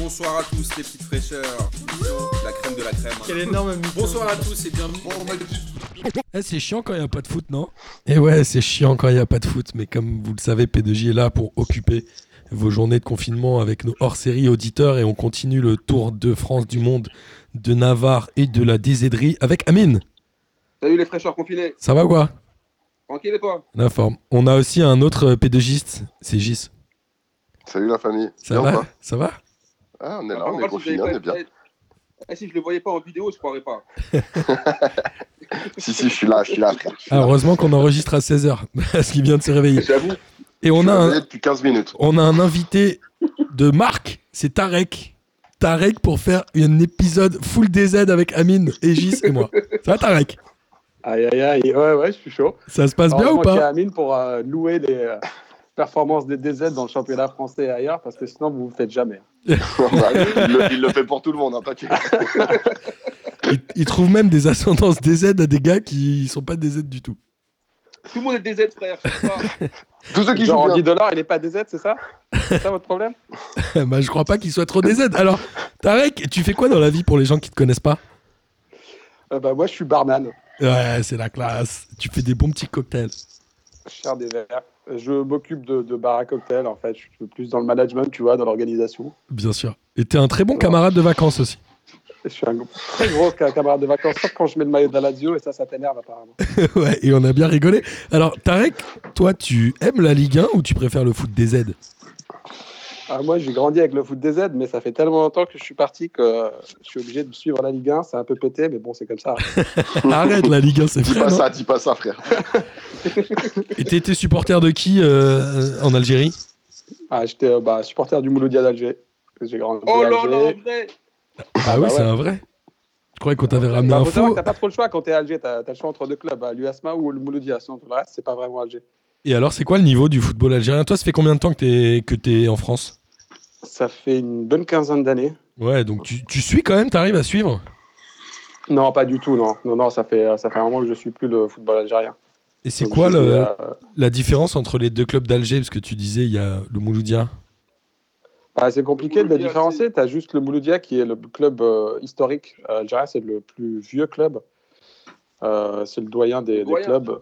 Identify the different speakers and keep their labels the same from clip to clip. Speaker 1: Bonsoir à tous les petites fraîcheurs. La crème de la crème. hein.
Speaker 2: Quel énorme micro.
Speaker 1: Bonsoir à tous et bienvenue.
Speaker 3: Eh, c'est chiant quand il n'y a pas de foot, non Et Eh ouais, c'est chiant quand il n'y a pas de foot, mais comme vous le savez, P2J est là pour occuper vos journées de confinement avec nos hors-séries auditeurs et on continue le tour de France, du monde, de Navarre et de la désédrie avec Amine.
Speaker 1: Salut les fraîcheurs confinés.
Speaker 3: Ça va ou quoi
Speaker 1: Tranquille et toi
Speaker 3: La forme. On a aussi un autre P2Giste, c'est Gis.
Speaker 4: Salut la famille.
Speaker 3: Ça
Speaker 4: Bien ou
Speaker 3: va
Speaker 4: pas
Speaker 3: Ça va
Speaker 4: Ah, on est là,
Speaker 1: Par
Speaker 4: on
Speaker 1: contre,
Speaker 4: est
Speaker 1: si je l'avais
Speaker 4: confinés, on
Speaker 1: pas-
Speaker 4: est bien.
Speaker 1: Eh, si je le voyais pas en vidéo, je croirais pas.
Speaker 4: Si, si, je suis là, je suis là, frère. Je suis
Speaker 3: Ah,
Speaker 4: là.
Speaker 3: Heureusement qu'on enregistre à 16h, parce qu'il vient de se réveiller.
Speaker 4: J'avoue,
Speaker 3: Et
Speaker 4: on
Speaker 3: on a un,
Speaker 4: depuis 15 minutes.
Speaker 3: on a un invité de marque, c'est Tarek. Tarek pour faire un épisode full DZ avec Amine, Aegis et moi. Ça va Tarek
Speaker 5: Aïe, aïe, aïe, ouais, ouais, je suis chaud.
Speaker 3: Ça se
Speaker 1: Oh,
Speaker 3: passe bien
Speaker 5: Heureusement
Speaker 3: ou
Speaker 5: qu'il y a
Speaker 3: pas
Speaker 5: Amine pour euh, louer les euh, performances des DZ dans le championnat français et ailleurs, parce que sinon, vous vous faites jamais.
Speaker 4: il, le, il le fait pour tout le monde, hein, t'inquiète.
Speaker 3: il, il trouve même des ascendances DZ à des gars qui sont pas DZ du tout.
Speaker 1: Tout le monde est DZ, frère. je sais pas.
Speaker 4: Tous ceux qui
Speaker 5: Genre,
Speaker 4: jouent bien.
Speaker 5: Andy Delors, il n'est pas DZ, c'est ça C'est ça votre problème
Speaker 3: bah, je crois pas qu'il soit trop DZ. Alors, Tarek, tu fais quoi dans la vie pour les gens qui te connaissent pas
Speaker 5: Euh, bah, Moi, je suis barman,
Speaker 3: Ouais, c'est la classe. Tu fais des bons petits cocktails.
Speaker 5: cher des verres. Je m'occupe de, de bar à cocktail, en fait. Je suis plus dans le management, tu vois, dans l'organisation.
Speaker 3: Bien sûr. Et t'es un très bon camarade de vacances aussi.
Speaker 5: Je suis un gros- très gros ca- camarade de vacances, sauf quand je mets le maillot de la Lazio, et ça, ça t'énerve apparemment.
Speaker 3: ouais, et on a bien rigolé. Alors, Tarek, toi, tu aimes la Ligue 1 ou tu préfères le foot DZ
Speaker 5: Ah, moi, j'ai grandi avec le foot des Z, mais ça fait tellement longtemps que je suis parti que euh, je suis obligé de suivre la Ligue 1. C'est un peu pété, mais bon, c'est comme ça.
Speaker 3: Arrête la Ligue 1, c'est
Speaker 4: Dis
Speaker 3: vrai.
Speaker 4: pas
Speaker 3: non
Speaker 4: ça, dis pas ça, frère.
Speaker 3: Et t'étais supporter de qui euh, en Algérie
Speaker 5: Ah, J'étais euh, bah, supporter du Mouloudia d'Alger. J'ai grandi
Speaker 1: Oh
Speaker 5: à
Speaker 1: là là, en
Speaker 5: Alger.
Speaker 1: vrai.
Speaker 3: Ah oui,
Speaker 5: Bah ouais.
Speaker 3: c'est un vrai. Je croyais qu'on t'avait ramené
Speaker 5: Bah,
Speaker 3: un
Speaker 5: faut savoir
Speaker 3: faux.
Speaker 5: que t'as pas trop le choix quand t'es à Alger. T'as t'as le choix entre deux clubs, bah, l'USMA ou le Mouloudia. Sinon, tout le reste, c'est pas vraiment Alger.
Speaker 3: Et alors, c'est quoi le niveau du football algérien Toi, ça fait combien de temps que t'es que t'es en France
Speaker 5: Ça fait une bonne quinzaine d'années.
Speaker 3: Ouais, donc tu, tu suis quand même, t'arrives à suivre.
Speaker 5: Non, pas du tout, non. Non, non, ça fait, ça fait un moment que je suis plus le football algérien.
Speaker 3: Et c'est
Speaker 5: Donc,
Speaker 3: quoi
Speaker 5: je
Speaker 3: le-
Speaker 5: suis, euh,
Speaker 3: la différence entre les deux clubs d'Alger Parce que tu disais, il y a le Mouloudia.
Speaker 5: bah, C'est compliqué de les
Speaker 1: Mouloudia,
Speaker 5: différencier. T'as juste le Mouloudia qui est le club euh, historique. Euh, Algérien, c'est le plus vieux club. Euh, c'est le doyen des, des
Speaker 1: Doyen.
Speaker 5: clubs.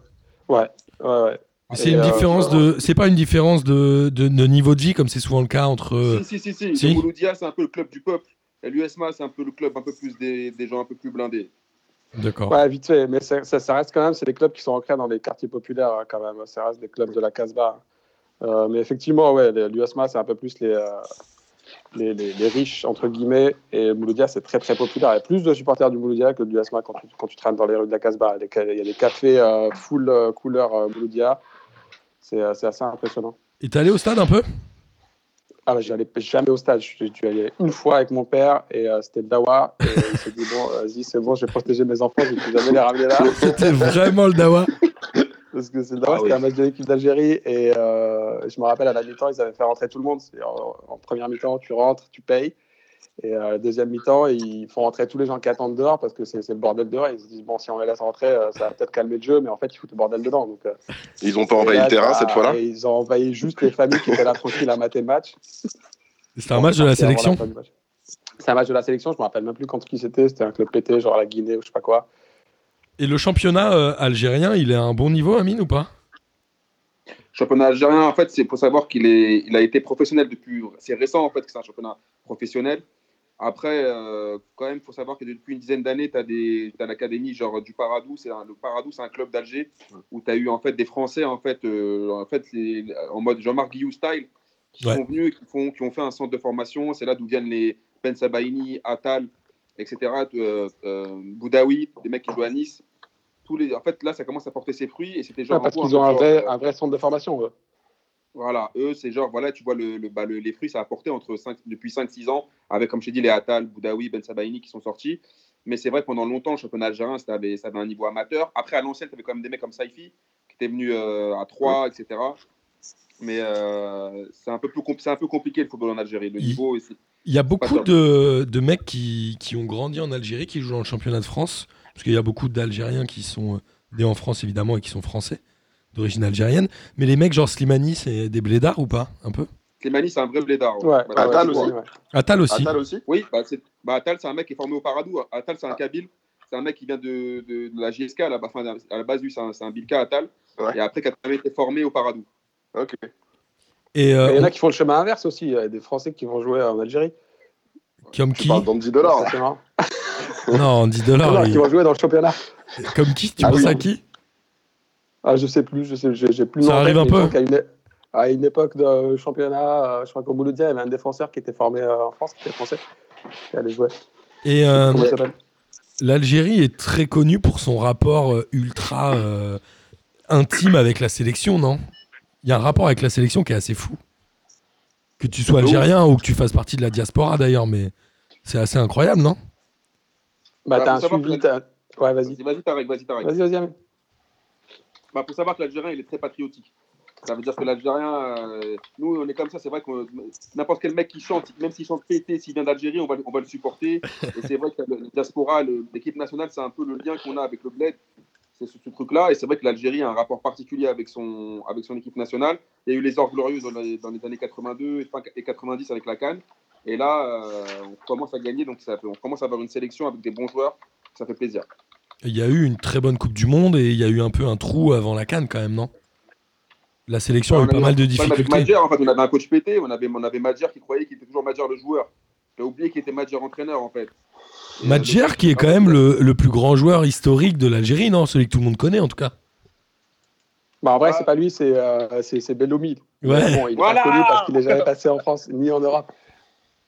Speaker 5: Ouais, ouais, ouais.
Speaker 3: C'est
Speaker 5: Et,
Speaker 3: une
Speaker 5: euh,
Speaker 3: différence de. C'est pas une différence de, de, de niveau de vie, comme c'est souvent le cas entre.
Speaker 1: Si, si, si, si.
Speaker 3: Euh, si.
Speaker 1: Le Mouloudia, c'est un peu le club du peuple. Et l'USMA, c'est un peu le club un peu plus des, des gens un peu plus blindés.
Speaker 3: D'accord.
Speaker 5: Ouais, vite fait, mais ça, ça, ça reste quand même, c'est des clubs qui sont ancrés dans les quartiers populaires hein, quand même. Ça reste des clubs de la Casbah. Euh, mais effectivement, ouais, le- l'USMA, c'est un peu plus les, euh, les, les- les riches, entre guillemets, et Mouloudia, c'est très très populaire. Il y a plus de supporters du Mouloudia que de l'USMA quand tu, quand tu traînes dans les rues de la Casbah. Il y a des ca- il y a des cafés euh, full euh, couleur euh, Mouloudia. C'est euh, c'est assez impressionnant.
Speaker 3: Et t'es allé au stade un peu
Speaker 5: Ah, bah, j'allais jamais au stade. Je suis je suis allé une fois avec mon père et euh, c'était le Dawa. Et il s'est dit, bon, vas-y, c'est bon, je vais protéger mes enfants, je ne vais plus jamais les ramener là.
Speaker 3: C'était vraiment le Dawa.
Speaker 5: Parce que
Speaker 4: Ah
Speaker 5: c'est le Dawa, c'était un match de l'équipe d'Algérie. Et euh, je me rappelle, à la mi-temps, ils avaient fait rentrer tout le monde. C'est En, en première mi-temps, tu rentres, tu payes. Et euh, deuxième mi-temps, ils font rentrer tous les gens qui attendent dehors parce que c'est c'est le bordel dehors. Ils se disent, bon, si on les laisse rentrer, euh, ça va peut-être calmer le jeu. Mais en fait, ils foutent le bordel dedans. Donc, euh,
Speaker 4: Ils ont pas
Speaker 5: et
Speaker 4: envahi
Speaker 5: là,
Speaker 4: le terrain
Speaker 5: t'as-
Speaker 4: cette fois-là
Speaker 5: et Ils ont envahi juste les familles qui étaient là tranquilles à mater le match.
Speaker 3: C'était un match de la
Speaker 5: Parti avant
Speaker 3: sélection
Speaker 5: fin du match. C'est un match de la sélection, je me rappelle même plus contre qui c'était. C'était un club pété, genre la Guinée ou je sais pas quoi.
Speaker 3: Et le championnat euh, algérien, il est à un bon niveau, Amine, ou pas
Speaker 1: Championnat algérien, en fait, c'est faut savoir qu'il est, il a été professionnel depuis. C'est récent, en fait, que c'est un championnat professionnel. Après, euh, quand même, faut savoir que depuis une dizaine d'années, tu as, as l'académie genre du Paradou. C'est un- le Paradou, c'est un club d'Alger où tu as eu en fait des Français en fait, euh, en fait les- en mode Jean-Marc Guillou style qui
Speaker 3: Ouais.
Speaker 1: sont venus, qui font, qui ont fait un centre de formation. C'est là d'où viennent les Ben Sabaini, Atal, etc. Euh, euh, Boudaoui, des mecs qui jouent à Nice. Tous les, en fait, là, ça commence à porter ses fruits et c'était genre
Speaker 5: parce
Speaker 1: en gros,
Speaker 5: qu'ils ont
Speaker 1: peu
Speaker 5: un
Speaker 1: genre,
Speaker 5: vrai,
Speaker 1: euh,
Speaker 5: un vrai centre de formation. eux.
Speaker 1: voilà, eux, c'est genre, voilà, tu vois, le, le- bah, le- les fruits, ça a apporté entre cinq- depuis 5-6 ans, avec, comme je t'ai dit, les Atal, Boudaoui, Ben Sabaini qui sont sortis. Mais c'est vrai que pendant longtemps, le championnat algérien, ça avait, ça avait un niveau amateur. Après, à l'ancienne, tu avais quand même des mecs comme Saifi, qui étaient venus euh, à 3, etc. Mais euh, c'est un, peu plus compl- c'est un peu compliqué le football en Algérie. Le
Speaker 3: Il-
Speaker 1: niveau, et c'est-
Speaker 3: Il y a beaucoup
Speaker 1: top.
Speaker 3: de, de mecs qui, qui ont grandi en Algérie, qui jouent dans le championnat de France, parce qu'il y a beaucoup d'Algériens qui sont euh, nés en France, évidemment, et qui sont français, d'origine algérienne. Mais les mecs genre Slimani, c'est des blédards ou pas Un peu
Speaker 1: Clémani, c'est un vrai blédard. ouais.
Speaker 5: Ouais,
Speaker 1: Bah,
Speaker 5: ouais,
Speaker 4: Atal
Speaker 5: ouais,
Speaker 4: aussi.
Speaker 5: ouais.
Speaker 3: Attal aussi.
Speaker 4: Atal aussi
Speaker 1: Oui, bah, c'est- bah, Atal, c'est un mec qui est formé au Paradou. hein. Atal,
Speaker 5: Ah.
Speaker 1: c'est un Kabyle. C'est un mec qui vient de, de- de la JSK. À la, enfin, à la base, lui, c'est un, c'est un Bilka Atal.
Speaker 4: Ouais.
Speaker 1: Et après, qui a été formé au Paradou.
Speaker 4: Ok.
Speaker 3: Et euh,
Speaker 5: Mais Il y en a
Speaker 3: on-
Speaker 5: qui font le chemin inverse aussi. Il y a des Français qui vont jouer en Algérie.
Speaker 3: comme
Speaker 4: Tu
Speaker 3: qui
Speaker 4: parles d'Andy Delors.
Speaker 5: Ça, c'est marrant.
Speaker 3: Non, 10 dollars.
Speaker 5: Non, Qui vont jouer dans le championnat.
Speaker 3: Comme qui Tu
Speaker 4: Ah
Speaker 3: penses
Speaker 4: oui.
Speaker 3: à qui
Speaker 5: Ah, je sais plus, je sais, j'ai j'ai plus.
Speaker 3: Ça
Speaker 5: le nom en
Speaker 3: arrive
Speaker 5: tête,
Speaker 3: un
Speaker 5: mais
Speaker 3: peu.
Speaker 5: donc, À une, à une époque de championnat, euh, je crois qu'au Mouloudia, il y avait un défenseur qui était formé euh, en France, qui était français, qui allait jouer.
Speaker 3: Et euh,
Speaker 5: Comment il s'appelle
Speaker 3: l'Algérie est très connue pour son rapport euh, ultra euh, intime avec la sélection, non Il y a un rapport avec la sélection qui est assez fou. Que tu sois
Speaker 4: De ouf.
Speaker 3: algérien ou que tu fasses partie de la diaspora d'ailleurs, mais c'est assez incroyable, non
Speaker 1: Bah,
Speaker 5: Bah, t'as
Speaker 1: faut
Speaker 5: un
Speaker 1: savoir
Speaker 5: suivi.
Speaker 1: que
Speaker 5: t'as- Ouais, vas-y.
Speaker 1: Vas-y, vas-y, Tarek, vas-y, Tarek.
Speaker 5: Vas-y, vas-y, Amine.
Speaker 1: Bah, faut savoir que l'Algérien, il est très patriotique. Ça veut dire que l'Algérien, euh, nous, on est comme ça. C'est vrai que euh, n'importe quel mec qui chante, même s'il chante pété, s'il vient d'Algérie, on va, le- on va le supporter. Et c'est vrai que le, le diaspora, le- l'équipe nationale, c'est un peu le lien qu'on a avec le bled. C'est ce, ce truc-là. Et c'est vrai que l'Algérie a un rapport particulier avec son, avec son équipe nationale. Il y a eu les Or Glorieuses dans les, dans les années 82 et, fin- et 90 avec la Cannes. Et là, euh, on commence à gagner. Donc, ça, fait- on commence à avoir une sélection avec des bons joueurs. Ça fait plaisir.
Speaker 3: Il y a eu une très bonne Coupe du Monde et il y a eu un peu un trou avant la Cannes quand même, non La sélection a eu
Speaker 1: On
Speaker 3: pas
Speaker 1: avait
Speaker 3: mal de
Speaker 1: un problème Avec
Speaker 3: difficultés.
Speaker 1: Madjer, en fait, on avait un coach pété, on avait, on avait Madjer qui croyait qu'il était toujours Madjer le joueur. J'ai oublié qu'il était Madjer entraîneur, en fait. Et,
Speaker 3: Madjer
Speaker 1: euh, le-
Speaker 3: qui est quand même le, le plus grand joueur historique de l'Algérie, non Celui que tout le monde connaît en tout cas.
Speaker 5: Bah, en vrai,
Speaker 1: Ah.
Speaker 5: c'est pas lui, c'est euh, c'est- c'est Bellomi.
Speaker 3: Ouais.
Speaker 5: Bon, il est
Speaker 1: Voilà.
Speaker 5: pas connu parce qu'il est jamais passé en France ni en Europe.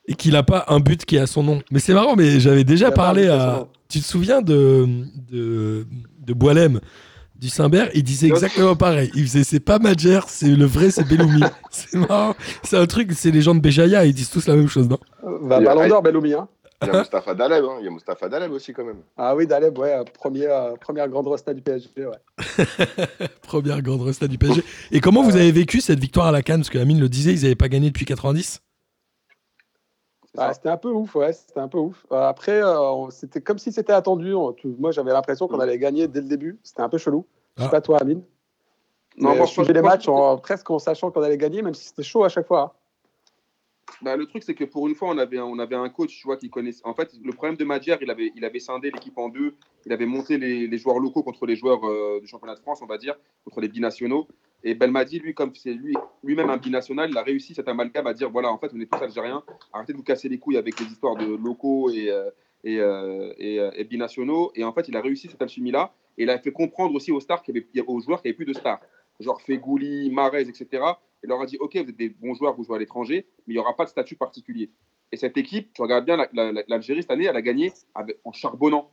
Speaker 3: et qu'il n'a pas un but qui est à son nom. Mais c'est marrant, mais j'avais
Speaker 5: Il
Speaker 3: déjà
Speaker 5: a pas
Speaker 3: parlé
Speaker 5: un but à son
Speaker 3: à.
Speaker 5: nom.
Speaker 3: Tu te souviens de, de, de Boilem du Saint-Bert Il disait
Speaker 1: Bien
Speaker 3: exactement pareil. Il faisait c'est pas Madjer, c'est le vrai, c'est Belloumi. c'est marrant. C'est un truc, c'est les gens de Béjaïa, ils disent tous la même chose, non
Speaker 5: Euh, Bah,
Speaker 4: Il y a-
Speaker 5: Ballon d'Or, Bellomi. Hein.
Speaker 4: Il y a Mustapha Daleb. hein. Il y a Mustapha Daleb aussi, quand même.
Speaker 5: Ah oui, Daleb, ouais, euh, premier, euh, première grande resta du PSG. Ouais.
Speaker 3: Première grande resta du PSG. Et comment vous avez vécu cette victoire à la Cannes Parce que Amine le disait, ils n'avaient pas gagné depuis 90.
Speaker 1: c'est
Speaker 5: Ah,
Speaker 1: ça.
Speaker 5: c'était un peu ouf, ouais, c'était un peu ouf. Euh, après, euh, on- c'était comme si c'était attendu. On- tout- moi, j'avais l'impression qu'on
Speaker 1: Mm.
Speaker 5: allait gagner dès le début. C'était un peu chelou. Je
Speaker 3: Ah.
Speaker 5: sais pas toi, Amine.
Speaker 1: Non,
Speaker 5: mais
Speaker 1: moi,
Speaker 5: je suivais les
Speaker 1: franchement,
Speaker 5: matchs en- presque en sachant qu'on allait gagner, même si c'était chaud à chaque fois. hein.
Speaker 1: Bah, le truc, c'est que pour une fois, on avait, on avait un coach tu vois, qui connaissait. En fait, le problème de Madjer, il avait, il avait scindé l'équipe en deux. Il avait monté les, les joueurs locaux contre les joueurs euh, du championnat de France, on va dire, contre les binationaux. Et Belmadi, lui, comme c'est lui- lui-même un binational, il a réussi cet amalgame à dire voilà, en fait, on est tous algériens. Arrêtez de vous casser les couilles avec les histoires de locaux et, euh, et, euh, et, euh, et binationaux. Et en fait, il a réussi cette alchimie-là. Et il a fait comprendre aussi aux, stars qu'il y avait, aux joueurs qu'il n'y avait plus de stars. Genre Fegouli, Marez, etc. Il leur a dit Ok, vous êtes des bons joueurs, vous jouez à l'étranger, mais il n'y aura pas de statut particulier. Et cette équipe, tu regardes bien, la- la- la- l'Algérie cette année, elle a gagné avec- en charbonnant.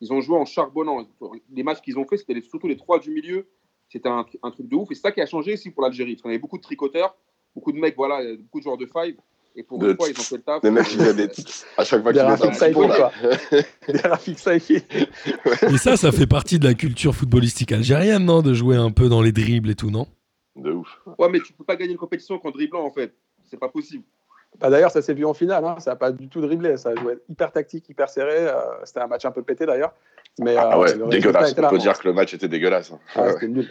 Speaker 1: Ils ont joué en charbonnant. Les matchs qu'ils ont fait, c'était les- surtout les trois du milieu. C'était un, tru- un truc de ouf. Et c'est ça qui a changé aussi pour l'Algérie. Parce qu'on avait beaucoup de tricoteurs, beaucoup de mecs, voilà, euh, beaucoup de joueurs de five. Et pour
Speaker 4: De-
Speaker 1: une fois, ils ont fait le taf.
Speaker 4: Des mecs qui faisaient des- À chaque fois
Speaker 5: Des
Speaker 4: qu'il mettait un
Speaker 5: Rafik
Speaker 4: petit
Speaker 5: Saifi,
Speaker 4: pont, là.
Speaker 5: quoi. Des Rafik Saifi.
Speaker 3: Et ça, ça fait partie de la culture footballistique algérienne, non De jouer un peu dans les dribbles et tout, non
Speaker 4: De ouf.
Speaker 1: Ouais, mais tu peux pas gagner une compétition qu'en dribblant, en fait. C'est pas possible.
Speaker 5: Bah, D'ailleurs, ça s'est vu en finale. hein. Ça n'a pas du tout dribblé. Ça a joué hyper tactique, hyper serré. euh, c'était un match un peu pété, d'ailleurs. Mais,
Speaker 4: Ah
Speaker 5: euh,
Speaker 4: ouais,
Speaker 5: le résultat
Speaker 4: dégueulasse.
Speaker 5: était là.
Speaker 4: On peut dire que le match était dégueulasse. hein.
Speaker 5: Ah,
Speaker 4: Ouais.
Speaker 5: c'était nul.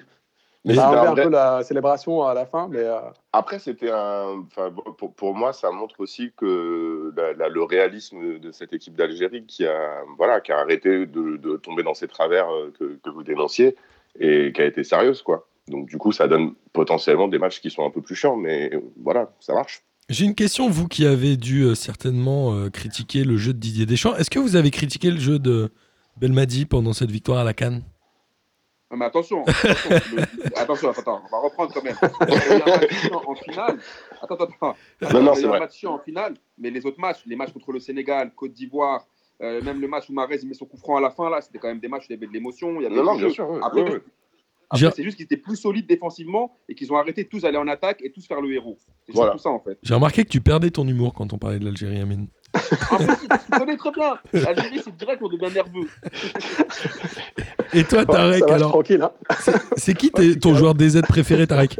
Speaker 4: Mais
Speaker 5: Ça a
Speaker 3: bah,
Speaker 4: c'était
Speaker 5: enlevé
Speaker 4: un
Speaker 5: un
Speaker 4: vrai-
Speaker 5: peu la célébration à la fin, mais euh,
Speaker 4: Après, c'était un. Enfin, pour, pour moi, ça montre aussi que la- la- le réalisme de cette équipe d'Algérie qui a, voilà, qui a arrêté de, de tomber dans ces travers euh, que, que vous dénonciez et qui a été sérieuse, quoi. Donc, du coup, ça donne potentiellement des matchs qui sont un peu plus chiants, mais euh, voilà, ça marche.
Speaker 3: J'ai une question, vous qui avez dû euh, certainement euh, critiquer le jeu de Didier Deschamps. Est-ce que vous avez critiqué le jeu de Belmadi pendant cette victoire à la Cannes
Speaker 1: Non, mais attention, hein. attention, le- attention, attends, attends, on va reprendre quand même. Il y a un match chiant en finale. Attends, attends, attends.
Speaker 4: Non, non,
Speaker 1: Il y
Speaker 4: c'est
Speaker 1: a un
Speaker 4: vrai.
Speaker 1: match chiant en finale, mais les autres matchs, les matchs contre le Sénégal, Côte d'Ivoire, euh, même le match où Marez il met son coup franc à la fin, là, c'était quand même des matchs où il y avait de l'émotion. il y avait
Speaker 4: Non, non,
Speaker 1: du
Speaker 4: bien
Speaker 1: jeu.
Speaker 3: euh,
Speaker 4: sûr. ouais,
Speaker 1: Après,
Speaker 4: ouais, ouais.
Speaker 1: Après,
Speaker 3: J'ai-
Speaker 1: c'est juste qu'ils étaient plus solides défensivement et qu'ils ont arrêté de tous aller en attaque et tous faire le héros. C'est
Speaker 4: Voilà.
Speaker 1: tout ça en fait.
Speaker 3: J'ai remarqué que tu perdais ton humour quand on parlait de l'Algérie, Amine.
Speaker 1: Impossible, tu connais très bien. L'Algérie, c'est direct, on devient nerveux.
Speaker 3: Et toi, Tarek,
Speaker 5: Oh, ça va, je suis
Speaker 3: alors
Speaker 5: tranquille. hein.
Speaker 3: C'est qui tes- ton joueur DZ préféré, Tarek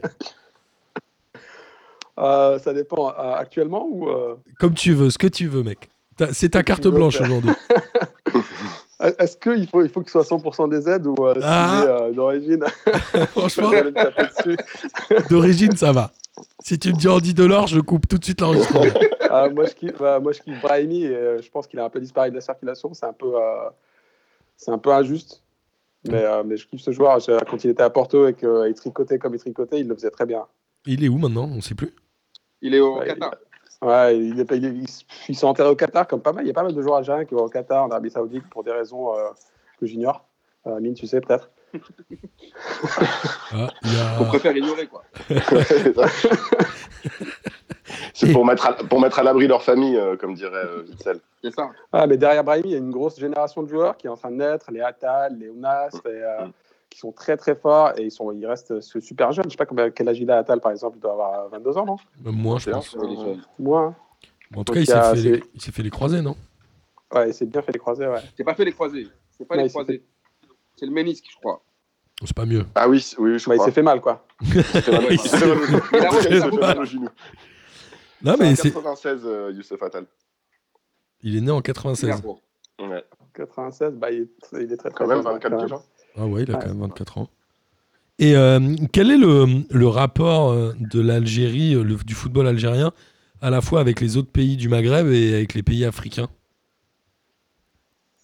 Speaker 5: Euh, ça dépend euh, actuellement ou. euh,
Speaker 3: Comme tu veux, ce que tu veux, mec. Ta- C'est ta carte
Speaker 5: tu veux,
Speaker 3: blanche
Speaker 5: frère.
Speaker 3: aujourd'hui.
Speaker 5: Est-ce qu'il faut, il faut que ce soit 100% des aides ou euh, s'il
Speaker 3: Ah.
Speaker 5: est, euh, d'origine
Speaker 3: Franchement,
Speaker 5: je vais me taper dessus.
Speaker 3: d'origine, ça va. Si tu me dis Andy Delors, je coupe tout de suite l'enregistrement.
Speaker 5: Ah, moi, je kiffe, bah, moi, je kiffe Brahimi et euh, je pense qu'il a un peu disparu de la circulation. C'est un peu, euh, c'est un peu injuste. Mais, euh, mais je kiffe ce joueur. Je- quand il était à Porto et qu'il tricotait comme il tricotait, il le faisait très bien.
Speaker 3: Il est où maintenant On sait plus.
Speaker 1: Il est au
Speaker 5: Ouais,
Speaker 1: Qatar.
Speaker 5: Ouais, il est- il est- ils, ils sont enterrés au Qatar comme pas mal. Il y a pas mal de joueurs algériens qui vont au Qatar, en Arabie Saoudite, pour des raisons euh, que j'ignore. Euh, Mine, tu sais peut-être.
Speaker 3: Ah, il y a-
Speaker 1: On préfère ignorer, quoi.
Speaker 4: C'est pour mettre à, pour mettre à l'abri leur famille, euh, comme dirait euh, Witzel.
Speaker 1: C'est ça.
Speaker 5: Ah, mais derrière Brahimi, il y a une grosse génération de joueurs qui est en train de naître, les Atal, les Ounas,
Speaker 4: Mm.
Speaker 5: et, euh, qui sont très très forts et ils, sont, ils restent euh, super jeunes. Je sais pas combien, quel âge il a Atal par exemple, il doit avoir euh, 22 ans, non
Speaker 3: Même moins, je
Speaker 4: C'est
Speaker 3: pense.
Speaker 1: Il est
Speaker 4: Euh,
Speaker 1: jeune.
Speaker 5: Moi, hein.
Speaker 3: Bon, en tout cas, il
Speaker 5: Donc, il y a-
Speaker 3: s'est fait, les-
Speaker 5: c'est-
Speaker 3: il s'est fait les croisés, non
Speaker 5: ouais, il s'est bien fait les croisés, ouais.
Speaker 1: C'est pas fait les croisés. C'est pas
Speaker 5: Ouais,
Speaker 1: les
Speaker 5: il s'est
Speaker 1: croisés. C'est le ménisque, je crois.
Speaker 3: C'est pas mieux.
Speaker 4: Ah oui, c- oui, je
Speaker 5: Bah, il
Speaker 4: crois.
Speaker 5: s'est fait Ah, mal, quoi.
Speaker 4: C'est mal au-
Speaker 1: Il
Speaker 4: c'est mal au genou.
Speaker 1: Il a refait
Speaker 4: Il s'est
Speaker 1: sa
Speaker 4: fait
Speaker 1: peau.
Speaker 4: mal au genou.
Speaker 3: Non,
Speaker 4: C'est
Speaker 3: mais
Speaker 4: un
Speaker 3: c'est-
Speaker 4: 96, euh, Youssef Attal.
Speaker 3: il est né en 96.
Speaker 4: Ouais.
Speaker 5: Ouais, 96, bah, il, est, il est très très
Speaker 4: Quand même,
Speaker 5: fort,
Speaker 4: 24 ans.
Speaker 3: Ah ouais, il a
Speaker 5: Ouais.
Speaker 3: quand même 24 ans. Et euh, quel est le, le rapport euh, de l'Algérie, euh, le- du football algérien, à la fois avec les autres pays du Maghreb et avec les pays africains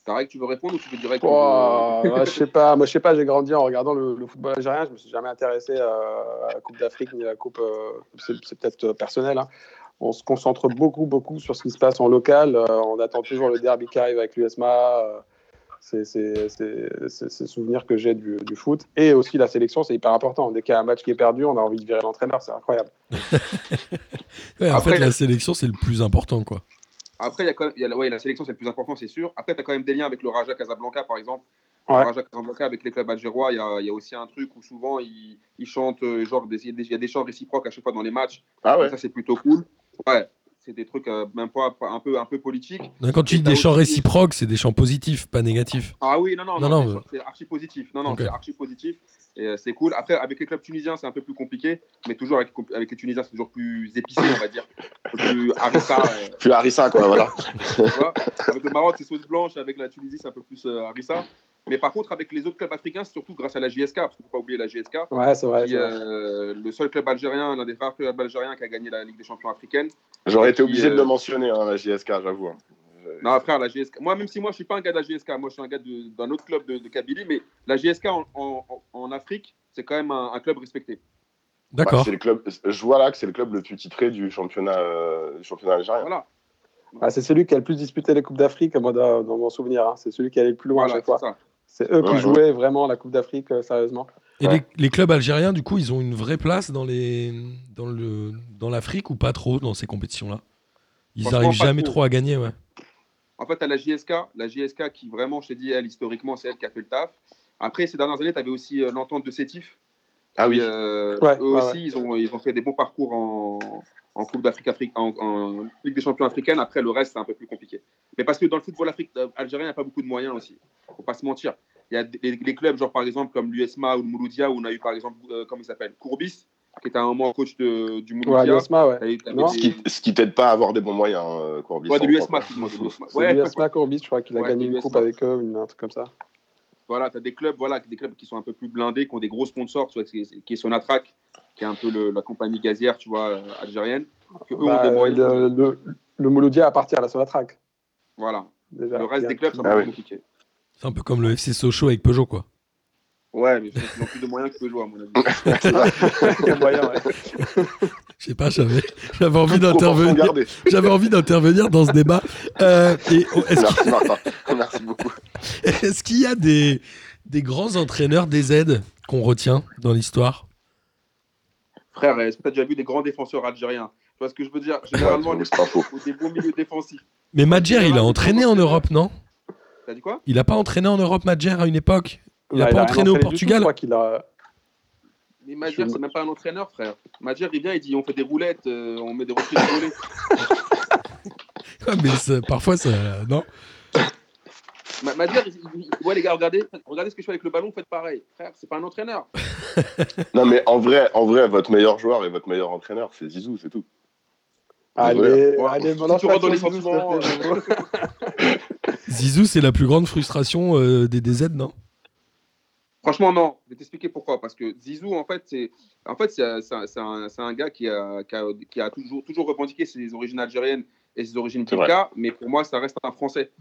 Speaker 1: Tarek, tu veux répondre ou tu veux direct
Speaker 5: Ouah, euh, moi, je sais pas, moi je sais pas, j'ai grandi en regardant le, le football algérien, je me suis jamais intéressé euh, à la Coupe d'Afrique ni à la Coupe, euh, c'est c'est peut-être euh, personnel. hein. On se concentre beaucoup, beaucoup sur ce qui se passe en local. euh, on attend toujours le derby qui arrive avec l'USMA. euh, c'est c'est- c'est- c'est- c'est le souvenir que j'ai du, du foot. Et aussi la sélection, c'est hyper important. Dès qu'il y a un match qui est perdu, on a envie de virer l'entraîneur, c'est incroyable.
Speaker 3: Ouais, En
Speaker 1: Après,
Speaker 3: fait, la
Speaker 1: le-
Speaker 3: sélection, c'est le plus important, quoi.
Speaker 1: Après, il y a quand même- il y a la- ouais, la sélection, c'est le plus important, c'est sûr. Après, tu as quand même des liens avec le Raja Casablanca, par exemple.
Speaker 5: Ouais.
Speaker 1: Le Raja Casablanca, avec les clubs algérois, il y a, il y a aussi un truc où souvent, ils, ils chantent, euh, genre, des- il y a des- il y a des chants réciproques à chaque fois dans les matchs.
Speaker 4: Ah ouais
Speaker 1: Ça, c'est plutôt cool. Ouais, c'est des trucs euh, même pas, pas- un, peu, un peu politiques.
Speaker 3: Non, Hein, Quand tu
Speaker 1: Et
Speaker 3: dis
Speaker 1: t'as
Speaker 3: des chants
Speaker 1: aussi-
Speaker 3: réciproques, c'est des chants positifs, pas négatifs.
Speaker 1: Ah oui, non, non,
Speaker 3: Non,
Speaker 1: non,
Speaker 3: non,
Speaker 1: c'est- c'est archi positif. Non, non,
Speaker 3: Ok.
Speaker 1: c'est archi positif. Et euh, c'est cool. Après, avec les clubs tunisiens, c'est un peu plus compliqué. Mais toujours avec, avec les Tunisiens, c'est toujours plus épicé, on va dire. Plus harissa. euh,
Speaker 4: Puis Harissa, quoi, voilà.
Speaker 1: tu vois. Avec le Maroc, c'est sauce blanche. Avec la Tunisie, c'est un peu plus euh, harissa. Mais par contre, avec les autres clubs africains, c'est surtout grâce à la JSK, parce qu'il ne faut pas oublier la JSK,
Speaker 5: Ouais, c'est vrai.
Speaker 1: qui est euh, le seul club algérien, l'un des rares clubs algériens qui a gagné la Ligue des champions africaine.
Speaker 4: J'aurais été
Speaker 1: Puis,
Speaker 4: obligé de le
Speaker 1: euh,
Speaker 4: mentionner, hein, la JSK, j'avoue. hein.
Speaker 1: Non, frère, la GSK. Moi, même si moi, je suis pas un gars de la GSK, moi, je suis un gars de- d'un autre club de, de Kabylie, mais la GSK en, en- en Afrique, c'est quand même un, un club respecté.
Speaker 4: Bah,
Speaker 3: D'accord.
Speaker 4: c'est le club, je vois là que c'est le club le plus titré du championnat, euh, du championnat algérien.
Speaker 1: Voilà,
Speaker 5: Ah, c'est celui qui a le plus disputé les Coupes d'Afrique, moi, dans, dans mon souvenir. hein. C'est celui qui allait le plus loin à
Speaker 1: voilà
Speaker 5: chaque
Speaker 1: c'est
Speaker 5: fois.
Speaker 1: ça.
Speaker 5: C'est eux qui
Speaker 4: Ouais.
Speaker 5: jouaient vraiment la Coupe d'Afrique, euh, sérieusement.
Speaker 3: Et
Speaker 4: Ouais.
Speaker 3: les, les clubs algériens, du coup, ils ont une vraie place dans les dans le dans l'Afrique ou pas trop dans ces compétitions-là. Ils
Speaker 1: Franchement,
Speaker 3: arrivent
Speaker 1: pas
Speaker 3: jamais
Speaker 1: trop.
Speaker 3: trop à gagner, ouais.
Speaker 1: En fait, tu la JSK, la JSK qui vraiment, je t'ai dit, elle, historiquement, c'est elle qui a fait le taf. Après, ces dernières années, tu avais aussi euh, l'entente de Sétif.
Speaker 4: Ah oui,
Speaker 1: Et, euh,
Speaker 5: Ouais,
Speaker 1: eux
Speaker 5: ouais,
Speaker 1: aussi, Ils, ont, ils ont fait des bons parcours en, en Coupe d'Afrique, Afrique- en, en Ligue des Champions africaine. Après, le reste, c'est un peu plus compliqué. Mais parce que dans le football afric- euh, algérien, il n'y a pas beaucoup de moyens aussi. Il ne faut pas se mentir. Il y a des, les clubs, genre par exemple, comme l'USMA ou le Mouloudia, où on a eu par exemple, euh, comment il s'appelle Courbis, qui était à un moment coach de- du
Speaker 5: Ouais,
Speaker 1: Mouloudia.
Speaker 5: l'USMA, ouais.
Speaker 1: T'avais- t'avais
Speaker 5: Non.
Speaker 1: des-
Speaker 4: ce qui, ce qui t'aide pas à avoir des bons moyens, euh, Courbis.
Speaker 1: Ouais, de
Speaker 4: on comprend.
Speaker 1: l'USMA, excuse-moi, de l'USMA.
Speaker 5: C'est
Speaker 1: Ouais,
Speaker 5: l'USMA Courbis, je crois qu'il a
Speaker 1: Ouais,
Speaker 5: gagné
Speaker 1: c'est
Speaker 5: une
Speaker 1: l'USMA.
Speaker 5: coupe avec eux, une- un truc comme ça.
Speaker 1: Voilà, tu as des clubs, voilà, des clubs qui sont un peu plus blindés, qui ont des gros sponsors, tu vois, qui est- qui est Sonatrach, qui est un peu le- la compagnie gazière, tu vois, euh, algérienne. Que eux ont
Speaker 5: Bah,
Speaker 1: des moyens.
Speaker 5: le, le, le Mouloudia appartient à la Sonatrac.
Speaker 1: Voilà.
Speaker 5: Déjà.
Speaker 1: Le
Speaker 5: Il y
Speaker 1: reste
Speaker 5: a-
Speaker 1: des clubs, c'est un
Speaker 4: Ah
Speaker 1: peu
Speaker 4: oui.
Speaker 1: compliqué.
Speaker 3: C'est un peu comme le FC Sochaux avec Peugeot, quoi.
Speaker 1: Ouais, mais je pense qu'ils n'ont plus de moyens que Peugeot, à mon avis.
Speaker 5: il y a moyen, ouais.
Speaker 3: Je sais pas, j'avais j'avais envie
Speaker 4: Proportion
Speaker 3: d'intervenir.
Speaker 4: gardée.
Speaker 3: J'avais envie d'intervenir dans ce débat. Euh, et oh, est-ce qu'il-
Speaker 4: Merci, Martin. Merci beaucoup.
Speaker 3: est-ce qu'il y a des des grands entraîneurs des aides qu'on retient dans l'histoire
Speaker 1: Frère, est-ce que tu as déjà vu des grands défenseurs algériens Tu vois ce que je veux dire Généralement,
Speaker 4: Ouais,
Speaker 1: les
Speaker 4: c'est pas faux.
Speaker 1: ou des bons milieux défensifs.
Speaker 3: Mais Madjer, il a entraîné en Europe, non
Speaker 1: T'as dit quoi
Speaker 3: Il a pas entraîné en Europe, Madjer, à une époque. Il a
Speaker 5: Bah,
Speaker 3: pas
Speaker 5: rien
Speaker 3: entraîné au
Speaker 5: du tout,
Speaker 3: Portugal.
Speaker 5: Je crois qu'il a.
Speaker 1: Mais
Speaker 5: Je
Speaker 1: Madjer,
Speaker 5: me-
Speaker 1: c'est même pas un entraîneur, frère. Madjer, il vient, il dit on fait des roulettes, euh, on met des replis de volée.
Speaker 3: Ouais, Ah, mais ça- parfois, ça. Non.
Speaker 1: Ma- Madjer, il dit ouais, les gars, regardez, regardez ce que je fais avec le ballon, faites pareil. Frère, c'est pas un entraîneur.
Speaker 4: Non, mais en vrai, en vrai, votre meilleur joueur et votre meilleur entraîneur, c'est Zizou, c'est tout.
Speaker 5: Allez, allez,
Speaker 1: Si tu rentres dans les sentiments,
Speaker 3: euh, Zizou, c'est la plus grande frustration euh, des DZ, non
Speaker 1: Franchement, non. Je vais t'expliquer pourquoi. Parce que Zizou, en fait, c'est en fait, c'est un, c'est un- c'est un gars qui a, qui a, qui a toujours, toujours revendiqué ses origines algériennes et ses origines
Speaker 4: C'est vrai.
Speaker 1: Kika, mais pour moi, ça reste un Français.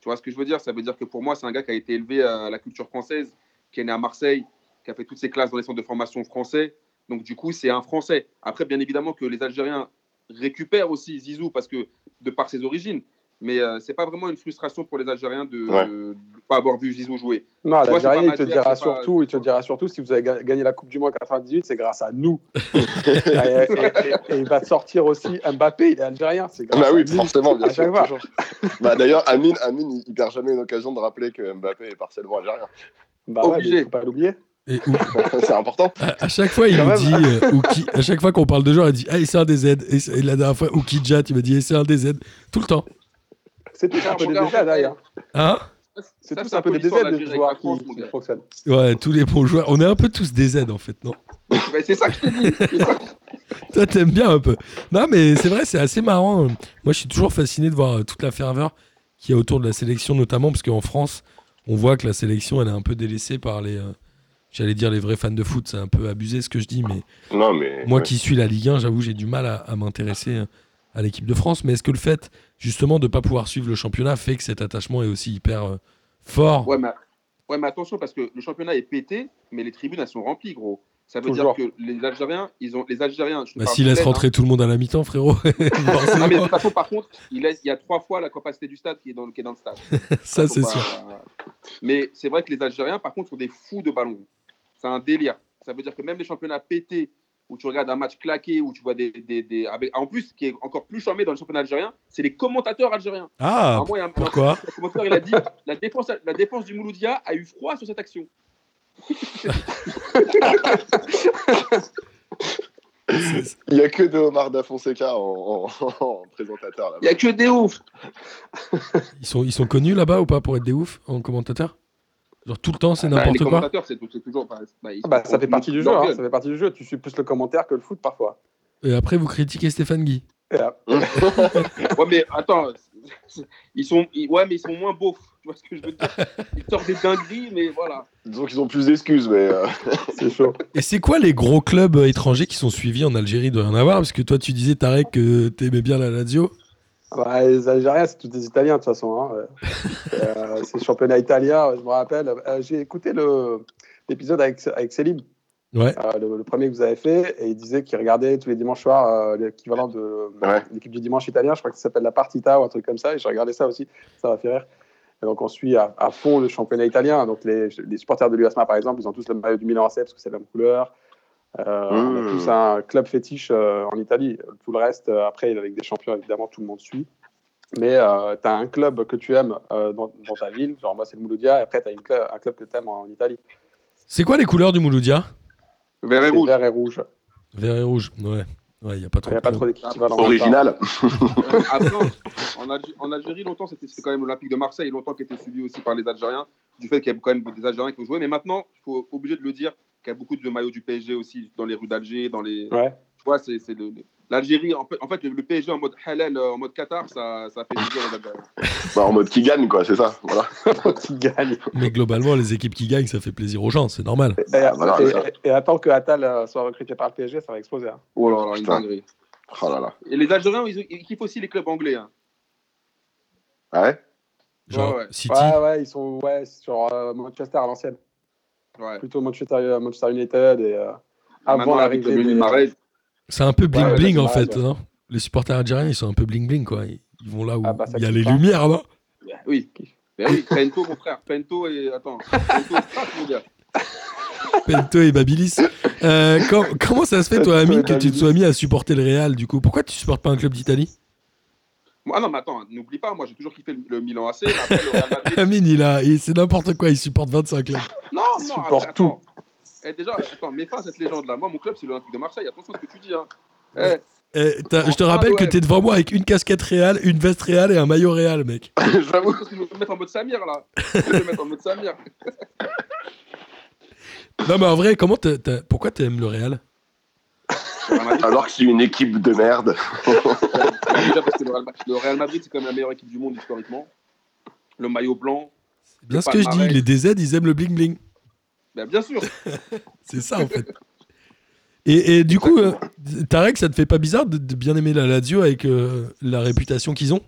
Speaker 1: Tu vois ce que je veux dire Ça veut dire que pour moi, c'est un gars qui a été élevé à la culture française, qui est né à Marseille, qui a fait toutes ses classes dans les centres de formation français. Donc, du coup, c'est un Français. Après, bien évidemment que les Algériens récupèrent aussi Zizou parce que de par ses origines. Mais euh, c'est pas vraiment une frustration pour les Algériens de
Speaker 4: Ouais.
Speaker 1: de pas avoir vu Zizou jouer.
Speaker 5: Non,
Speaker 1: Moi, c'est
Speaker 5: l'Algérien, il
Speaker 1: pas
Speaker 5: te
Speaker 1: ma terre,
Speaker 5: dira
Speaker 1: c'est pas-
Speaker 5: surtout, il te dira surtout, si vous avez ga- gagné la Coupe du Monde 98, c'est grâce à nous. et, et- et- et il va te sortir aussi Mbappé, il est algérien, Ah, c'est grâce
Speaker 4: Bah
Speaker 5: à
Speaker 4: oui,
Speaker 5: nous.
Speaker 4: forcément, bien
Speaker 5: À chaque
Speaker 4: sûr.
Speaker 5: fois.
Speaker 4: toujours. Bah, D'ailleurs, Amine, Amine, il- il perd jamais une occasion de rappeler que Mbappé est partiellement algérien.
Speaker 5: Bah ouais,
Speaker 1: Obligé.
Speaker 5: mais faut pas l'oublier.
Speaker 3: Et où-
Speaker 4: c'est important.
Speaker 3: à, à chaque fois, il
Speaker 5: Quand
Speaker 3: nous
Speaker 5: même.
Speaker 3: dit, euh, Ouki- à chaque fois qu'on parle de joueur, il dit, ah, et c'est un des Z. Et, c'est- et la dernière fois, Oukidja, tu m'as dit, et c'est un des Z. Tout le temps.
Speaker 5: C'est tous un
Speaker 1: Mon
Speaker 5: peu des
Speaker 1: gars, en
Speaker 5: DZ
Speaker 1: fait,
Speaker 5: d'ailleurs.
Speaker 3: Hein
Speaker 5: C'est
Speaker 1: Ça,
Speaker 5: tous un peu des DZ
Speaker 1: l'histoire de
Speaker 5: des
Speaker 1: l'Algérie avec
Speaker 5: joueurs
Speaker 1: la France,
Speaker 5: qui,
Speaker 1: mon
Speaker 5: qui
Speaker 1: gars.
Speaker 5: fonctionnent.
Speaker 3: Ouais, tous les bons joueurs. On est un peu tous des Z, en fait, non
Speaker 1: Mais c'est ça que je te dis. c'est ça.
Speaker 3: Toi, t'aimes bien un peu. Non, mais c'est vrai, c'est assez marrant. Moi, je suis toujours fasciné de voir euh, toute la ferveur qu'il y a autour de la sélection, notamment parce qu'en France, on voit que la sélection, elle est un peu délaissée par les. euh, J'allais dire les vrais fans de foot, c'est un peu abusé ce que je dis, mais
Speaker 4: Non, mais.
Speaker 3: moi
Speaker 4: ouais.
Speaker 3: qui suis la Ligue 1, j'avoue, j'ai du mal à, à m'intéresser euh, à l'équipe de France. Mais est-ce que le fait, justement, de ne pas pouvoir suivre le championnat fait que cet attachement est aussi hyper euh, fort
Speaker 1: Ouais mais, ouais, mais attention, parce que le championnat est pété, mais les tribunes, elles sont remplies, gros. Ça veut
Speaker 5: Toujours.
Speaker 1: dire que les Algériens, ils ont. Les Algériens. Je te
Speaker 3: bah,
Speaker 1: parle
Speaker 3: S'il
Speaker 1: de
Speaker 3: laisse
Speaker 1: tête,
Speaker 3: rentrer tout le monde à la mi-temps, frérot,
Speaker 1: hein. Non, mais de
Speaker 3: forcément,
Speaker 1: toute façon, par contre, il, laisse- il y a trois fois la capacité du stade qui est dans le, qui est dans le stade.
Speaker 3: ça
Speaker 1: Faut
Speaker 3: c'est
Speaker 1: pas-
Speaker 3: sûr.
Speaker 1: Mais c'est vrai que les Algériens, par contre, sont des fous de ballon. C'est un délire. Ça veut dire que même les championnats pétés, où tu regardes un match claqué, où tu vois des. des, des- avec- En plus, ce qui est encore plus charmé dans le championnat algérien, c'est les commentateurs algériens.
Speaker 3: Ah,
Speaker 1: Alors, moi, il y a un-
Speaker 3: pourquoi
Speaker 1: Le promoteur, il a dit la défense, la défense du Mouloudia a eu froid sur cette action.
Speaker 3: C'est-
Speaker 4: Il n'y a que de Omar Da Fonseca en, en- en présentateur là
Speaker 1: Il n'y a que des oufs.
Speaker 3: Ils sont, ils sont connus là-bas ou pas pour être des oufs en commentateur Genre tout le temps c'est
Speaker 1: Bah,
Speaker 3: Ah, n'importe
Speaker 1: les
Speaker 3: quoi
Speaker 1: commentateurs, c'est c'est toujours. bah, bah, ils-
Speaker 5: Ah bah, ça fait partie du jeu,
Speaker 1: leur
Speaker 5: hein,
Speaker 1: gueule.
Speaker 5: ça fait partie du jeu. Tu suis plus le commentaire que le foot parfois.
Speaker 3: Et après vous critiquez Stéphane Guy.
Speaker 5: Et, euh,
Speaker 1: Ouais, mais attends, ils sont, ils- ouais, mais ils sont moins beaux. Tu vois ce que je veux dire Ils sortent des dingueries, mais voilà.
Speaker 4: Disons qu'ils ont plus d'excuses, mais. euh,
Speaker 5: c'est chaud.
Speaker 3: Et c'est quoi les gros clubs euh, étrangers qui sont suivis en Algérie Il doit y en avoir parce que toi tu disais Tarek que t'aimais bien la Lazio.
Speaker 5: Bah, les Algériens, c'est tous des Italiens de toute façon. hein, ouais. Euh, c'est le championnat italien, je me rappelle. Euh, J'ai écouté le- l'épisode avec, avec Selim,
Speaker 3: Ouais.
Speaker 5: euh, le, le premier que vous avez fait, et il disait qu'il regardait tous les dimanches soirs euh, l'équivalent de bah,
Speaker 4: Ouais.
Speaker 5: l'équipe du dimanche italien, je crois que ça s'appelle la Partita ou un truc comme ça, et j'ai regardé ça aussi, ça m'a fait rire. Et donc on suit à, à fond le championnat italien. Donc les, les supporters de l'USMA par exemple, ils ont tous le maillot du Milan AC parce que c'est la même couleur. Euh, On a
Speaker 4: Mmh.
Speaker 5: tous un club fétiche euh, en Italie. Tout le reste, euh, après, avec des champions, évidemment, tout le monde suit. Mais tu as un club que tu aimes euh, dans, dans ta ville, genre moi c'est le Mouloudia, et après tu as un club que tu aimes en Italie.
Speaker 3: C'est quoi les couleurs du Mouloudia
Speaker 1: Vert
Speaker 5: C'est vert et rouge.
Speaker 3: Vert et rouge. Ouais. Ouais, il a pas trop.
Speaker 5: Il n'y a
Speaker 3: de
Speaker 5: pas
Speaker 3: couleurs.
Speaker 5: trop d'équipes qui valent en
Speaker 4: Original.
Speaker 1: Après, en, Alg- en Algérie, longtemps, c'était c'était quand même l'Olympique de Marseille, longtemps qui était suivi aussi par les Algériens, du fait qu'il y avait quand même des Algériens qui ont joué. Mais maintenant, il faut obligé de le dire, qu'il y a beaucoup de maillots du PSG aussi dans les rues d'Alger, dans les.
Speaker 5: même temps. Ouais.
Speaker 1: Tu vois, c'est c'est le- le- l'Algérie. En, fait- en fait, le, le PSG en mode halal, euh, en mode Qatar, ça, ça fait plaisir aux Algériens.
Speaker 4: Bah, en mode qui gagne, quoi, c'est ça. Voilà.
Speaker 5: qui gagne.
Speaker 3: Mais globalement les équipes qui gagnent ça fait plaisir aux gens, c'est normal.
Speaker 5: Et,
Speaker 4: voilà,
Speaker 5: et-
Speaker 4: ça.
Speaker 5: et- et attends que Atal euh, soit recruté par le PSG, ça va exploser. hein.
Speaker 1: Oh là là, une
Speaker 4: Putain.
Speaker 1: dinguerie.
Speaker 4: Oh là là.
Speaker 1: Et les Algériens, ils, ils kiffent aussi les clubs anglais. hein.
Speaker 4: Ah ouais
Speaker 3: Genre
Speaker 1: Ouais, ouais.
Speaker 3: City.
Speaker 5: Ouais, ouais, ils sont ouais, c'est sur euh, Manchester à l'ancienne.
Speaker 1: Ouais.
Speaker 5: Plutôt Manchester, euh, Manchester United et euh, avant
Speaker 1: Maintenant, avec
Speaker 5: l'arrivée
Speaker 1: le
Speaker 5: des...
Speaker 1: Mahrez,
Speaker 3: C'est un peu bling
Speaker 5: ouais,
Speaker 3: bling
Speaker 5: ouais,
Speaker 3: en
Speaker 5: ouais,
Speaker 3: fait.
Speaker 5: ouais.
Speaker 3: non les supporters algériens ils sont un peu bling bling quoi. Ils ils vont là où
Speaker 5: Ah bah, ça
Speaker 3: il y a
Speaker 5: kiffe
Speaker 3: les
Speaker 5: pas.
Speaker 3: lumières là.
Speaker 1: Oui. Ben oui, Pento, mon frère. Pento et. Attends. Pento et Strat, mon gars.
Speaker 3: Pento et Babilis. Euh, com- comment ça se fait, toi,
Speaker 5: Pento et
Speaker 3: Amine, que tu te
Speaker 5: Babilis.
Speaker 3: sois mis à supporter le Real, du coup Pourquoi tu supportes pas un club d'Italie
Speaker 1: Bon, Ah non, mais attends, n'oublie pas, moi j'ai toujours kiffé le, le Milan AC. Après, le Real Madrid.
Speaker 3: Amine, il a, il- c'est n'importe quoi, il supporte 25 clubs.
Speaker 1: Non, non,
Speaker 5: supporte
Speaker 1: attends, attends. Eh, déjà, attends, mets fin à cette légende-là. Moi, mon club, c'est l'Olympique de Marseille. Attention à ce que tu dis. Hein. Eh,
Speaker 3: Eh, t'as- je te
Speaker 1: Ah,
Speaker 3: rappelle que
Speaker 1: ouais.
Speaker 3: t'es devant moi avec une casquette Real, une veste Real et un maillot Real, mec.
Speaker 4: J'avoue.
Speaker 1: parce que je vais me mettre en mode Samir, là. Je vais me mettre en mode Samir.
Speaker 3: Non, mais en vrai, comment t'as- t'as- pourquoi t'aimes le Real
Speaker 1: Le Real Madrid,
Speaker 4: Alors que c'est une équipe de merde.
Speaker 1: bah, déjà, parce que le Real, le Real Madrid, c'est quand même la meilleure équipe du monde historiquement. Le maillot blanc.
Speaker 3: C'est bien
Speaker 1: C'est
Speaker 3: ce que
Speaker 1: pas
Speaker 3: je dis,
Speaker 1: pareil.
Speaker 3: les DZ, ils aiment le bling bling.
Speaker 1: Bah, bien sûr.
Speaker 3: C'est ça, en fait. Et, et du coup, euh, Tarek, ça te fait pas bizarre de, de bien aimer la Lazio avec euh, la réputation qu'ils ont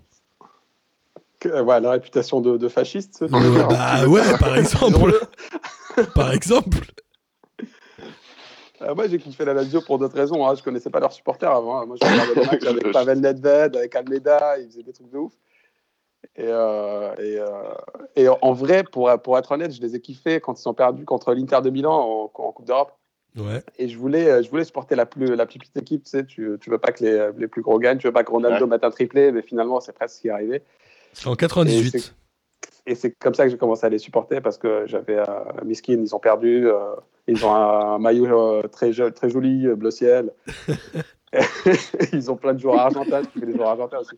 Speaker 5: Que- ouais, la réputation de, de fasciste. c'est
Speaker 3: Euh,
Speaker 5: sûr.
Speaker 3: Bah ouais, par exemple. par exemple.
Speaker 5: Euh, moi, j'ai kiffé la Lazio pour d'autres raisons. hein. Je connaissais pas leurs supporters avant. hein. Moi, je regardais des matchs avec Pavel Nedved, avec Almeida, ils faisaient des trucs de ouf. Et, euh, et, euh, et en- en vrai, pour, pour être honnête, je les ai kiffés quand ils ont perdu contre l'Inter de Milan en, en Coupe d'Europe.
Speaker 3: Ouais.
Speaker 5: Et je voulais, euh, je voulais supporter la plus, la plus petite équipe. Tu sais, tu, tu veux pas que les, les plus gros gagnent, tu veux pas que Ronaldo mette un triplé, mais finalement, c'est presque ce qui est arrivé.
Speaker 3: En
Speaker 5: Et
Speaker 3: 98.
Speaker 5: Et c'est comme ça que j'ai commencé à les supporter parce que j'avais euh, Miskin, ils ont perdu, euh, ils ont un, maillot euh, très, jo- très joli, euh, bleu ciel. ils ont plein de joueurs argentins, je kiffais les joueurs argentins aussi.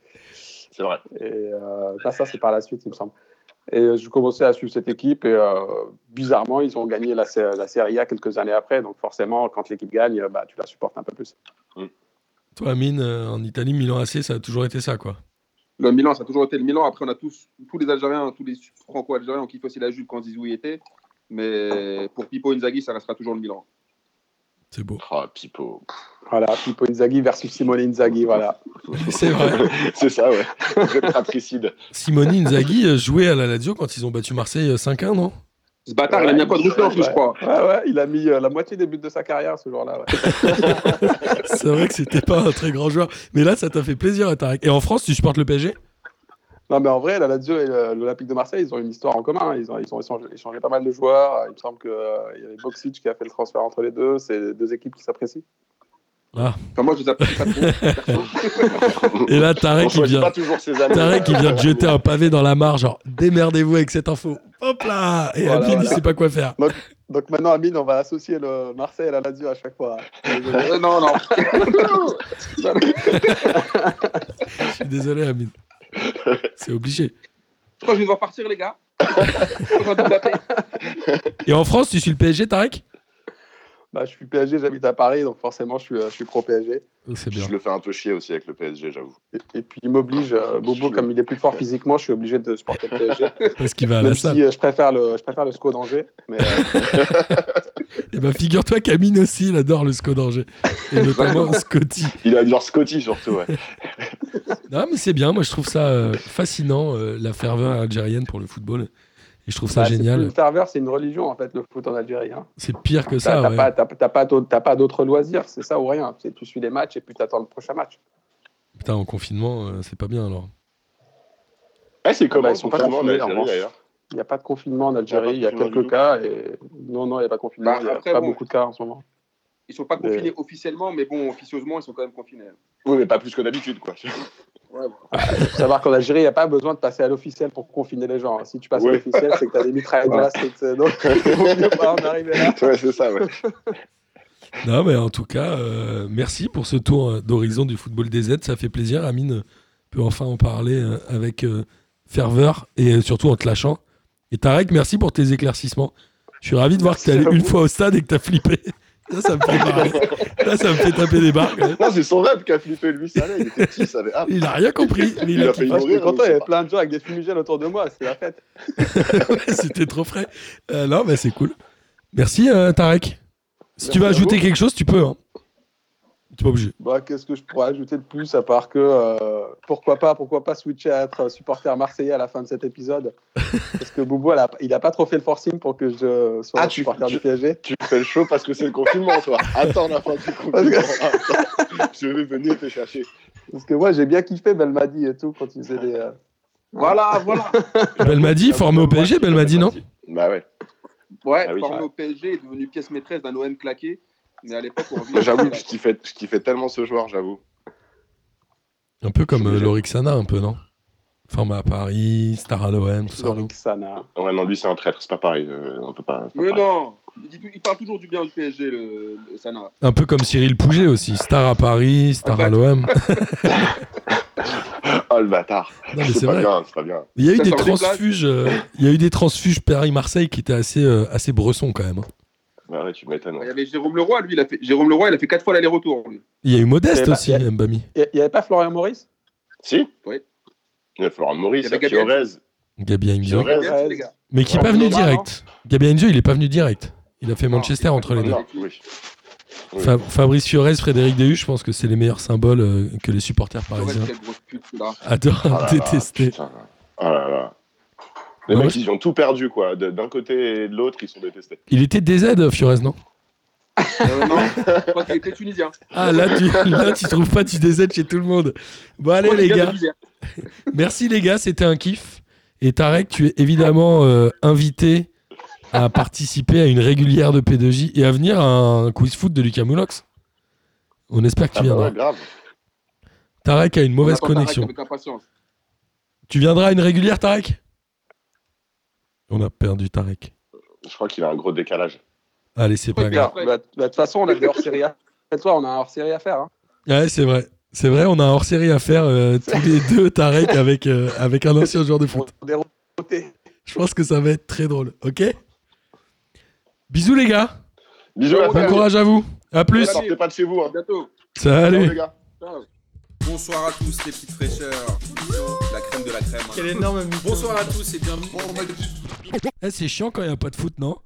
Speaker 4: C'est vrai.
Speaker 5: Et euh, bah, ça, c'est par la suite, il me semble. Et euh, je commençais à suivre cette équipe et euh, bizarrement, ils ont gagné la, sé- la Serie A quelques années après. Donc forcément, quand l'équipe gagne, euh, bah, tu la supportes un peu plus.
Speaker 3: Toi, Amine, euh, en Italie, Milan AC, ça a toujours été ça, quoi.
Speaker 1: Le Milan, ça a toujours été le Milan. Après, on a tous, tous les Algériens, tous les Franco-Algériens ont kiffé aussi la Juve quand Zizou y était. Mais pour Pipo Inzaghi, ça restera toujours le Milan.
Speaker 3: C'est beau.
Speaker 4: Oh, Pipo.
Speaker 5: Voilà, Pippo Inzaghi versus Simone Inzaghi, voilà.
Speaker 3: C'est vrai.
Speaker 4: c'est ça, ouais. Très patricide.
Speaker 3: Simone Inzaghi euh, jouait à la Lazio quand ils ont battu Marseille euh, 5-1, non
Speaker 1: Ce bâtard, il a
Speaker 5: Ouais,
Speaker 1: mis un pas de rouge en plus,
Speaker 5: ouais.
Speaker 1: je crois.
Speaker 5: Ouais, ouais, il a mis euh, la moitié des buts de sa carrière ce jour-là. ouais.
Speaker 3: C'est vrai que c'était pas un très grand joueur. Mais là, ça t'a fait plaisir, à Tarek. Et en France, tu supportes le PSG
Speaker 5: Non, mais en vrai, la Lazio et le- l'Olympique de Marseille, ils ont une histoire en commun. hein. Ils ont, ils ont échangé, échangé pas mal de joueurs. Il me semble qu'il y avait Boxic qui a fait le transfert entre les deux. C'est deux équipes qui s'apprécient.
Speaker 1: Enfin, moi, je les apprécie pas trop. perso.
Speaker 3: Et là,
Speaker 4: On
Speaker 3: Tarek, il
Speaker 4: choisit
Speaker 3: vient,
Speaker 4: pas toujours ses amis.
Speaker 3: Tarek, il vient de jeter un pavé dans la mare, genre, démerdez-vous avec cette info. Hop là Et
Speaker 5: Voilà,
Speaker 3: Amine, il
Speaker 5: voilà.
Speaker 3: sait pas quoi faire.
Speaker 5: Donc maintenant, Amine, on va associer le Marseille et la Lazio à chaque fois. hein.
Speaker 1: Euh, non, non.
Speaker 3: Je suis désolé, Amine. C'est obligé.
Speaker 1: Je crois que je vais devoir partir, les gars. Je crois que je vais taper.
Speaker 3: Et en France, tu suis le PSG, Tarek
Speaker 5: Bah, je suis PSG, j'habite à Paris, donc forcément, je suis, euh, je suis pro-PSG.
Speaker 3: C'est bien.
Speaker 4: Je le fais un peu chier aussi avec le PSG, j'avoue.
Speaker 5: Et, et puis, il m'oblige, euh, Bobo, comme il est plus fort physiquement, je suis obligé de supporter le PSG.
Speaker 3: Parce qu'il va à la
Speaker 5: Même
Speaker 3: salle.
Speaker 5: si euh, je préfère le, je préfère le SCO d'Angers. Mais euh,
Speaker 3: Eh ben, figure-toi qu'Amine aussi, il adore le SCO d'Angers. Et notamment Scotty.
Speaker 4: Il adore Scotty surtout, ouais.
Speaker 3: Non, mais c'est bien. Moi, je trouve ça euh, fascinant, euh, la ferveur algérienne pour le football. Et je trouve ça
Speaker 5: bah, c'est plus
Speaker 3: génial.
Speaker 5: une ferveur, c'est une religion, en fait, le foot en Algérie. hein.
Speaker 3: C'est pire que
Speaker 5: T'as
Speaker 3: ça.
Speaker 5: t'as
Speaker 3: ouais.
Speaker 5: pas, t'as- t'as pas d'autres- t'as pas d'autres loisirs, c'est ça ou rien. C'est- Tu suis les matchs et puis t'attends le prochain match.
Speaker 3: Putain, en confinement, euh, c'est pas bien alors.
Speaker 4: Ah, c'est comment
Speaker 5: Bah, ils sont pas
Speaker 4: contrairement à
Speaker 5: confinés,
Speaker 4: l'Algérie,
Speaker 5: en revanche.
Speaker 4: d'ailleurs
Speaker 5: Il n'y a pas de confinement en
Speaker 4: pas
Speaker 5: Algérie,
Speaker 4: de
Speaker 5: il y a
Speaker 4: confinement du
Speaker 5: quelques
Speaker 4: tout.
Speaker 5: cas. Et... Non, non, il n'y a pas de confinement.
Speaker 1: Bah,
Speaker 5: Il y a
Speaker 1: après,
Speaker 5: pas
Speaker 1: bon.
Speaker 5: beaucoup de cas en ce moment.
Speaker 1: Ils sont pas
Speaker 5: Mais-
Speaker 1: confinés officiellement, mais bon, officieusement, ils sont quand même confinés.
Speaker 4: Oui, mais pas plus que d'habitude, quoi.
Speaker 1: Ouais, bon.
Speaker 5: faut savoir qu'en Algérie, il n'y a pas besoin de passer à l'officiel pour confiner les gens. hein. Si tu passes à
Speaker 4: Ouais.
Speaker 5: l'officiel, c'est que tu as des mitrailles dans la street. euh, Donc, il vaut mieux pas en arriver là.
Speaker 4: ouais, c'est ça, ouais.
Speaker 3: Non, mais en tout cas, euh, merci pour ce tour euh, d'horizon du football des Z. Ça fait plaisir. Amine euh, peut enfin en parler euh, avec euh, ferveur et euh, surtout en te lâchant. Et Tarek, merci pour tes éclaircissements. Je suis ravi de voir que t'es
Speaker 5: Merci
Speaker 3: allé
Speaker 5: à
Speaker 3: une fois au stade et que t'as flippé. Là, ça me fait marrer. Là, ça me fait taper des barres. quand même.
Speaker 4: Non, c'est son rêve qui a flippé, lui, ça là, il ah, était petit, ça avait hâte.
Speaker 3: Il a rien compris. Mais il
Speaker 4: Il
Speaker 3: a
Speaker 4: a
Speaker 3: kiffé.
Speaker 5: Moi, je suis
Speaker 4: mourir,
Speaker 5: content,
Speaker 4: je
Speaker 5: il y
Speaker 4: sais
Speaker 5: a
Speaker 4: pas.
Speaker 5: plein de gens avec des fumigènes autour de moi. C'est la fête.
Speaker 3: Ouais, C'était trop frais. Euh, non, mais c'est cool. Merci, euh, Tarek. Si tu
Speaker 5: Merci
Speaker 3: veux
Speaker 5: à
Speaker 3: ajouter
Speaker 5: vous.
Speaker 3: quelque chose, tu peux. Hein. Tu pas obligé.
Speaker 5: Bah, Qu'est-ce que je pourrais ajouter de plus à part que euh, pourquoi pas pourquoi pas switcher à être supporter marseillais à la fin de cet épisode Parce que Boubou, elle a- il n'a pas trop fait le forcing pour que je sois
Speaker 4: Ah, tu-
Speaker 5: supporter
Speaker 4: tu-
Speaker 5: du PSG.
Speaker 4: Tu fais le show parce que c'est le confinement, toi. Attends la fin du confinement. Attends. Je vais venir te chercher.
Speaker 5: Parce que moi, j'ai bien kiffé Belmadi et tout quand il faisait des. euh,
Speaker 1: Voilà, voilà.
Speaker 3: Belmadi, formé au PSG, Belmadi, non
Speaker 4: Bah ouais.
Speaker 1: Ouais,
Speaker 4: Ah oui,
Speaker 1: formé
Speaker 4: ouais.
Speaker 1: au PSG, est devenu pièce maîtresse d'un OM claqué. Mais à l'époque, on
Speaker 4: Bah,
Speaker 1: revient.
Speaker 4: J'avoue que je kiffais, je kiffais tellement ce joueur, j'avoue.
Speaker 3: Un peu comme
Speaker 4: Je
Speaker 3: euh,
Speaker 4: sais.
Speaker 3: Lorixana, un peu, non Formé à Paris, Star à l'OM, tout ça. non
Speaker 5: Zoric Sana.
Speaker 4: Ouais, non, lui, c'est un traître, c'est pas pareil. euh, on peut pas. c'est pas
Speaker 1: Mais
Speaker 4: pareil.
Speaker 1: non, il, dit tout- il parle toujours du bien du PSG, le, le Sana.
Speaker 3: Un peu comme Cyril Pouget aussi, Star à Paris, Star à
Speaker 1: Ah bah.
Speaker 3: l'OM.
Speaker 4: Oh le bâtard.
Speaker 3: mais c'est
Speaker 4: C'est pas
Speaker 3: vrai.
Speaker 4: bien, c'est pas bien.
Speaker 3: Il y a eu
Speaker 1: Ça
Speaker 3: des
Speaker 1: sort des places.
Speaker 3: transfuges, euh, il y a eu des transfuges Paris-Marseille qui étaient assez, euh, assez bressons quand même. hein.
Speaker 4: Bah ouais, tu m'étonnes.
Speaker 1: Il
Speaker 4: ouais.
Speaker 1: y avait Jérôme Leroy, lui, il a fait, Jérôme Leroy, il a fait quatre fois l'aller-retour. lui.
Speaker 3: Il y a eu Modeste
Speaker 5: Eh bah,
Speaker 3: aussi,
Speaker 5: il y a-
Speaker 3: Mbami.
Speaker 5: Il n'y avait pas Florian Maurice
Speaker 4: Si
Speaker 1: Oui.
Speaker 4: Il va falloir
Speaker 1: Il y
Speaker 4: Maurice,
Speaker 1: avait Gabriel.
Speaker 4: Fiorez.
Speaker 3: Gabi Aïndio.
Speaker 4: Fiorez.
Speaker 1: Bien, c'est les gars.
Speaker 3: Mais qui est
Speaker 4: Ouais,
Speaker 3: pas venu
Speaker 1: Thomas,
Speaker 3: direct. Gabi Aïndio, il est pas venu direct. Il a fait Manchester
Speaker 1: Non,
Speaker 3: entre les deux.
Speaker 4: Ah Non, oui. oui.
Speaker 3: Fa- Fabrice Fiorez, Frédéric Déhu, je pense que c'est les meilleurs symboles euh, que les supporters
Speaker 1: Fiorez,
Speaker 3: parisiens
Speaker 1: quelle grosse pute, là.
Speaker 3: adorent
Speaker 4: Ah là là,
Speaker 3: détester.
Speaker 4: putain. Ah là là. Les
Speaker 3: Non,
Speaker 4: mecs,
Speaker 3: mais-
Speaker 4: ils ont tout perdu, quoi. De- D'un côté et de l'autre, ils sont détestés.
Speaker 3: Il était DZ, Fiorez, non
Speaker 1: Euh, non, je crois qu'il était tunisien.
Speaker 3: Ah, là tu, là, tu trouves pas du DZ chez tout le monde. Bon, allez,
Speaker 1: Oh,
Speaker 3: les
Speaker 1: de
Speaker 3: gars.
Speaker 1: l'Isère.
Speaker 3: Merci, les gars. C'était un kiff. Et Tarek, tu es évidemment euh, invité à participer à une régulière de P2J et à venir à un quiz foot de Lucas Moulox. On espère que tu
Speaker 4: Ah bah
Speaker 3: viendras.
Speaker 4: ouais, grave.
Speaker 3: Tarek a une
Speaker 1: On
Speaker 3: mauvaise
Speaker 1: attend Tarek
Speaker 3: connexion.
Speaker 1: Avec impatience.
Speaker 3: Tu viendras à une régulière, Tarek On a perdu Tarek.
Speaker 4: Je crois qu'il a un gros décalage.
Speaker 3: Allez, c'est pas
Speaker 1: Ouais,
Speaker 3: grave.
Speaker 5: Bah, bah, De toute façon, on a des hors-série à faire. Toi, on a un hors-série à faire. hein.
Speaker 3: Ouais, c'est vrai. C'est vrai, on a un hors-série à faire euh, tous les deux, Tarek, avec, euh, avec un ancien joueur de foot.
Speaker 5: On déroule. Bisous
Speaker 3: Je pense que ça va être très drôle, ok Bisous les gars,
Speaker 4: Bisous, à
Speaker 3: bon courage à vous, à plus,
Speaker 1: Salut.
Speaker 4: Sortez pas de chez vous.
Speaker 1: À
Speaker 4: Hein.
Speaker 1: bientôt.
Speaker 4: Ciao,
Speaker 3: salut
Speaker 4: les gars.
Speaker 1: Ciao.
Speaker 2: Bonsoir à tous les petites fraîcheurs. La crème hein. de la crème.
Speaker 6: Quel énorme
Speaker 2: Bonsoir à tous et bienvenue.
Speaker 3: Eh, C'est chiant quand il n'y a pas de foot, non